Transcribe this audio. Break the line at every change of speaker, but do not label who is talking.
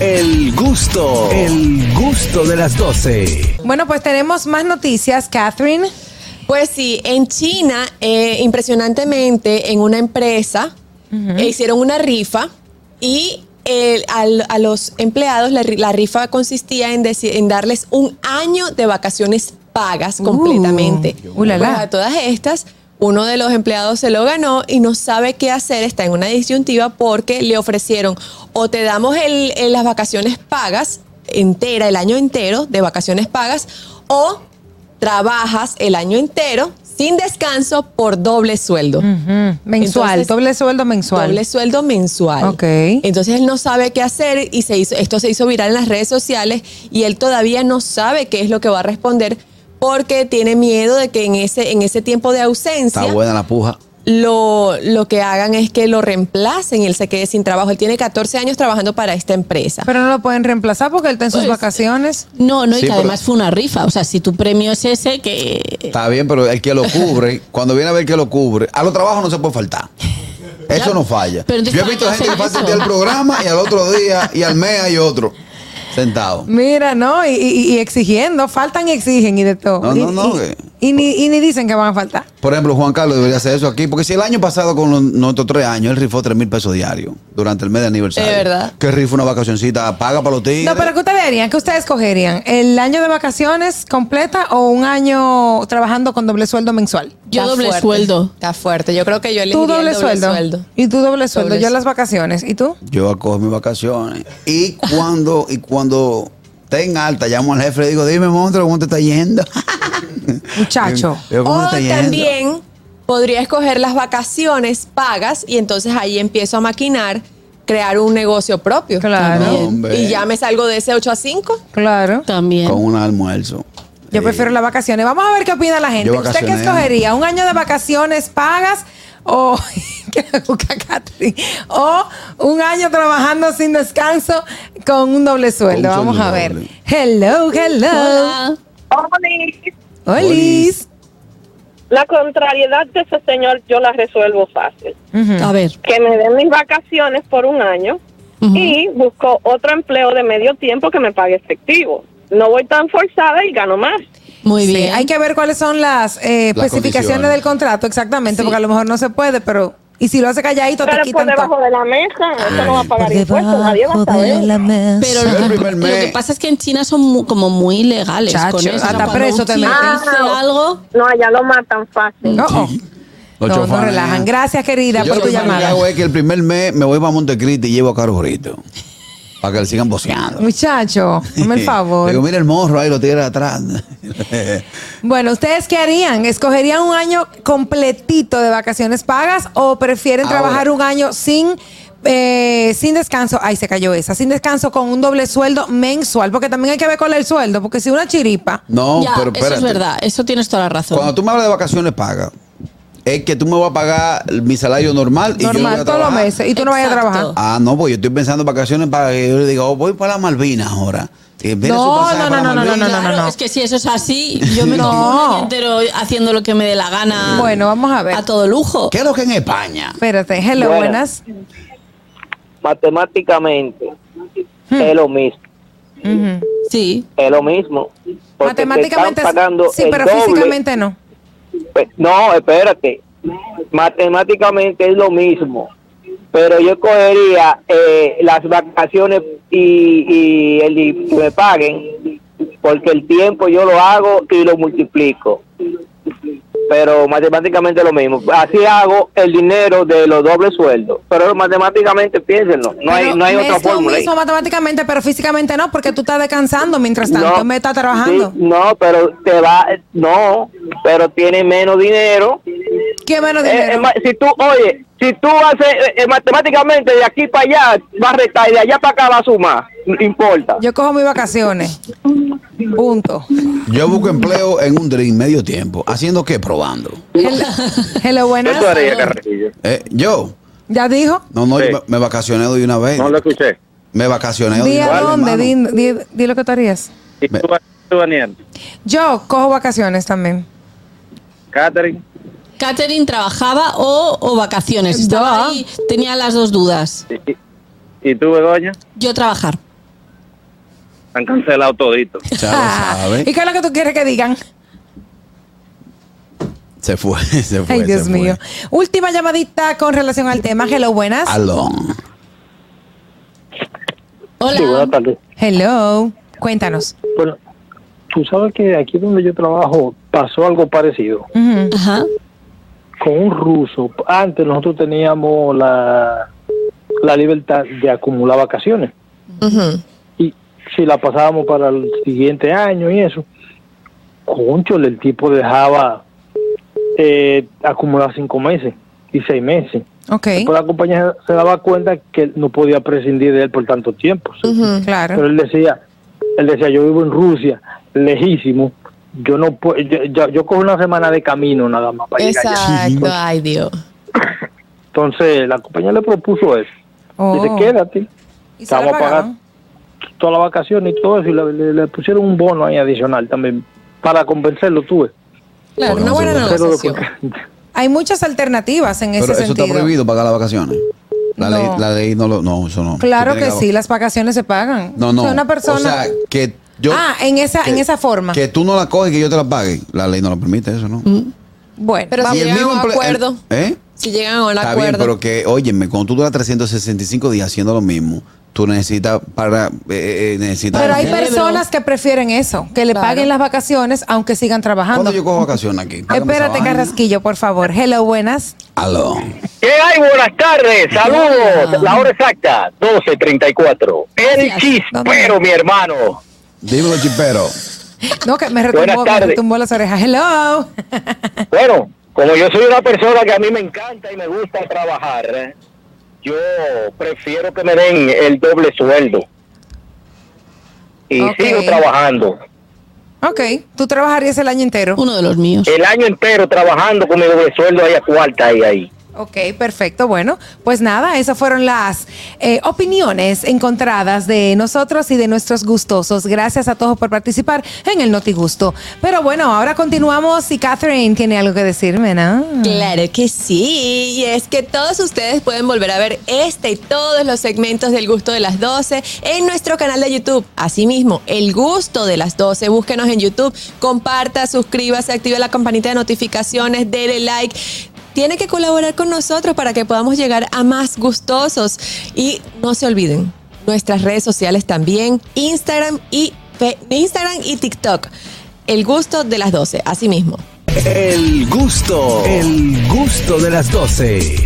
El gusto, el gusto de las 12.
Bueno, pues tenemos más noticias, Catherine.
Pues sí, en China, eh, impresionantemente, en una empresa eh, hicieron una rifa y el- al- a los empleados la, ri- la rifa consistía en, deci- en darles un año de vacaciones pagas completamente.
uh la la.
Pues a todas estas, uno de los empleados se lo ganó y no sabe qué hacer, está en una disyuntiva porque le ofrecieron o te damos el- el- las vacaciones pagas entera, el año entero de vacaciones pagas, o trabajas el año entero sin descanso por doble sueldo.
Mensual,
Entonces,
doble sueldo Mm, mensual.
Doble sueldo mensual.
Ok.
Entonces él no sabe qué hacer y se hizo, esto se hizo viral en las redes sociales y él todavía no sabe qué es lo que va a responder porque tiene miedo de que en ese, en ese tiempo de ausencia
Está buena la puja.
lo, lo que hagan es que lo reemplacen y él se quede sin trabajo. Él tiene 14 años trabajando para esta empresa.
Pero no lo pueden reemplazar porque él está en sus
Pues,
vacaciones.
No, no, y
Sí,
que
pero-
además fue una rifa. O sea, si tu premio es ese, que.
Está bien, pero el que lo cubre, cuando viene a ver el que lo cubre, a los trabajos no se puede faltar. Eso no falla.
pero entonces,
Yo he visto
¿para qué
gente que
hacen
falta el
eso?
día del programa y al otro día, y al mes hay otro sentado.
Mira, ¿no? Y, y- y exigiendo, faltan y exigen y de todo.
No, no,
Y-
no,
y-
que-
y ni, y ni dicen que van a faltar.
Por ejemplo, Juan Carlos debería hacer eso aquí, porque si el año pasado con los- nuestros tres años, él rifó tres mil pesos diarios durante el mes de aniversario.
Es verdad.
Que rifa una vacacioncita, paga para los tigres.
No, pero ¿qué ustedes harían? ¿Qué ustedes escogerían? ¿El año de vacaciones completa o un año trabajando con doble sueldo mensual?
Yo
Está
doble
fuerte,
sueldo.
Está fuerte. Yo creo que yo elegiría
¿Tú doble,
el
sueldo? Y tú doble sueldo.
Doble
Yo
su-
las vacaciones. ¿Y tú?
Yo acojo mis vacaciones. Y cuando, y cuando esté en alta, llamo al jefe y le digo, dime, monstruo, ¿cómo te está yendo?
Muchacho.
Yo, ¿cómo
O
te está yendo?
Oh, también podría escoger las vacaciones pagas y entonces ahí empiezo a maquinar, crear un negocio propio.
Claro.
No, hombre.
y ya me salgo de ese 8 a 5.
Claro.
También.
Con un almuerzo.
Yo prefiero las vacaciones. Vamos a ver qué opina la gente.
Yo
¿Usted qué
vacacioné.
escogería? ¿Un año de vacaciones pagas o que le busca Catherine? o un año trabajando sin descanso con un doble sueldo?
Con un
Vamos a
sueldo
ver.
doble.
Hello, hello.
Hola.
Oli,
Olis.
La contrariedad de ese señor yo la resuelvo fácil.
A ver.
Que me den mis vacaciones por un año y busco otro empleo de medio tiempo que me pague efectivo. No voy tan forzada y gano más.
Muy
Sí,
bien.
hay que ver cuáles son las, eh,
Las
especificaciones
condiciones.
del contrato, exactamente, porque a lo mejor no se puede, pero. Y si lo hace calladito, te
Pero por
quitan
debajo
todo.
de la mesa, eso no va a pagar impuestos, nadie va a saber.
Pero
Sí, el
lo que,
primer
lo
mes.
que pasa es que en China son mu- como muy legales
Chacho,
con eso. O sea,
hasta
cuando
preso
un
te
chino
meten.
hace algo,
Ah, No, allá lo matan fácil.
No, oh. no,
Los
no
chofanes.
relajan. Gracias, querida,
Yo
por
lo
tu
que
llamada.
hago es que el primer mes me voy para Montecristi y llevo a Carlos Brito. Para que le sigan boceando.
Muchacho, hazme el favor.
Le digo, mira el morro ahí, lo tira atrás.
Bueno, ¿ustedes qué harían? ¿Escogerían un año completito de vacaciones pagas o prefieren
Ahora.
trabajar un año sin, eh, sin descanso? Ay, se cayó esa. Sin descanso con un doble sueldo mensual, porque también hay que ver con el sueldo, porque si una chiripa...
No,
ya,
pero
eso
espérate.
es verdad. Eso tienes toda la razón.
Cuando tú me hablas de vacaciones, paga. Es que tú me vas a pagar mi salario normal y yo no voy
Normal,
a
todos los
trabajar.
meses. Y tú no vayas a
Exacto.
trabajar.
Ah, no, pues yo estoy pensando en vacaciones para que yo le diga, oh, voy para las Malvinas ahora. Y mira
No,
su pasaje
no,
para
no, no, no,
Malvinas.
no, no, no.
Claro, es que si eso es así, yo me
No.
lo entero haciendo lo que me dé la
Ah.
gana.
Bueno, vamos a ver.
A todo lujo.
¿Qué es lo que en España?
Espérate, hello,
Bueno.
buenas.
matemáticamente
Hmm.
es lo mismo,
Ujú.
Sí.
es lo mismo. porque te están
Matemáticamente...
pagando
Sí,
el
pero
doble.
físicamente no.
Pe- No, espérate. Matemáticamente es lo mismo, pero yo cogería eh, las vacaciones y, y el di- que me paguen, porque el tiempo yo lo hago y lo multiplico. Pero matemáticamente es lo mismo. Así hago el dinero de los dobles sueldos. Pero matemáticamente piénsenlo. No hay,
Pero
no hay otra
es lo
fórmula. ahí.
mismo matemáticamente, pero físicamente no, porque tú estás descansando mientras tanto, me estás trabajando.
sí, no, pero te va, no, pero tiene menos dinero.
¿Qué menos
Eh,
dinero?
eh, ma- si tú, oye, si tú haces eh, eh, matemáticamente de aquí para allá, va a restar y de allá para acá va a sumar, no importa.
Yo cojo mis vacaciones. Punto.
Yo busco empleo en un drink medio tiempo. ¿Haciendo qué? Probando.
Hello, hello, buenas.
Carraquillo?
Eh, yo.
¿Ya dijo?
No, no,
Sí.
yo me, me vacacioné de una vez.
escuché.
Me vacacioné de
Di
una
a
vez.
dónde,
hermano.
di, di- di lo que tú harías.
¿Y
tú,
Daniel?
Yo cojo vacaciones también.
Catherine.
Catherine trabajaba o, o vacaciones. Estaba
Ya.
ahí, tenía las dos dudas.
¿Y tú, Begoña?
Yo trabajar.
Están cancelados toditos.
Ya lo sabe.
Ah,
Pues
¿Y qué es lo que tú quieres que digan?
Se fue, se fue.
Ay,
se
Dios
fue.
mío. Última llamadita con relación al tema. Hello, buenas.
Alon.
Hola.
Sí, buenas tardes.
Hello. Cuéntanos.
Bueno, tú sabes que aquí donde yo trabajo pasó algo parecido.
Ujú.
Ajá.
Con un ruso, antes nosotros teníamos la, la libertad de acumular vacaciones.
Ujú.
Y si la pasábamos para el siguiente año y eso, concho, el tipo dejaba eh, acumular cinco meses y seis meses.
¿Eh?
Ok.
Después la compañía se daba cuenta que no podía prescindir de él por tanto tiempo.
Ujú.
Pero
Claro.
él decía, él decía, yo vivo en Rusia, lejísimo. Yo no puedo, yo, yo- yo cojo una semana de camino nada más para llegar allá".
Exacto, ay Dios.
Entonces la compañía le propuso eso.
Oh.
Dice, quédate,
¿Y se la
vamos a pagar.
pagaron?
toda la vacación y todo eso. Y le, le- le pusieron un bono ahí adicional también para convencerlo, tuve.
Claro, una buena
Pero
negociación.
Hay muchas alternativas en
Pero
ese
eso
sentido.
está prohibido pagar las vacaciones. La,
No.
ley, la ley no lo. No, eso no.
Claro
Tú tienes
que sí, las vacaciones se pagan.
No, no.
O sea, una persona.
O sea, que yo.
Ah, en esa- en esa forma.
Que tú no la coges y que yo te la pague. La ley no lo permite, eso, ¿no?
Mm. bueno,
Pero
Y
si
el
llegan a
mismo
un
emple- el-
acuerdo,
¿Eh?
si llegan a un
Está bien,
acuerdo,
pero que, óyeme, cuando tú duras 365 días haciendo lo mismo, tú necesitas para. eh, eh, necesitas
Pero hay
Cerebro.
personas que prefieren eso, que le
Claro.
paguen las vacaciones aunque sigan trabajando.
¿Cuándo yo cojo vacaciones aquí? Págame
Espérate,
esa vaina.
Carrasquillo, por favor. Hello, buenas.
Aló.
¿Qué hay? Buenas tardes,
Ah.
Hola.
saludos. La hora exacta, 12.34. El
Gracias.
chispero, mi hermano.
Dímelo, chipero.
No, que me
Buenas
retumbó, me
tardes.
retumbó las orejas. Hello.
Bueno, como yo soy una persona que a mí me encanta y me gusta trabajar, ¿eh? yo prefiero que me den el doble sueldo. Y
Ok.
sigo trabajando.
ok, tú trabajarías el año entero.
Uno de los míos.
El año entero trabajando con mi doble sueldo ahí a cuarta y ahí.
Ok, perfecto. Bueno, pues nada, esas fueron las eh, opiniones encontradas de nosotros y de nuestros gustosos. Gracias a todos por participar en el Notigusto. Pero bueno, ahora continuamos y Catherine tiene algo que decirme, ¿no?
Claro que sí, y es que todos ustedes pueden volver a ver este y todos los segmentos del Gusto de las 12 en nuestro canal de YouTube. Asimismo, El Gusto de las 12, búsquenos en YouTube, comparta, suscríbase, active la campanita de notificaciones, dele like. Tiene que colaborar con nosotros para que podamos llegar a más gustosos. Y no se olviden, nuestras redes sociales también, Instagram y, Fe- Instagram y TikTok. El Gusto de las 12, asimismo.
El gusto, el gusto de las 12.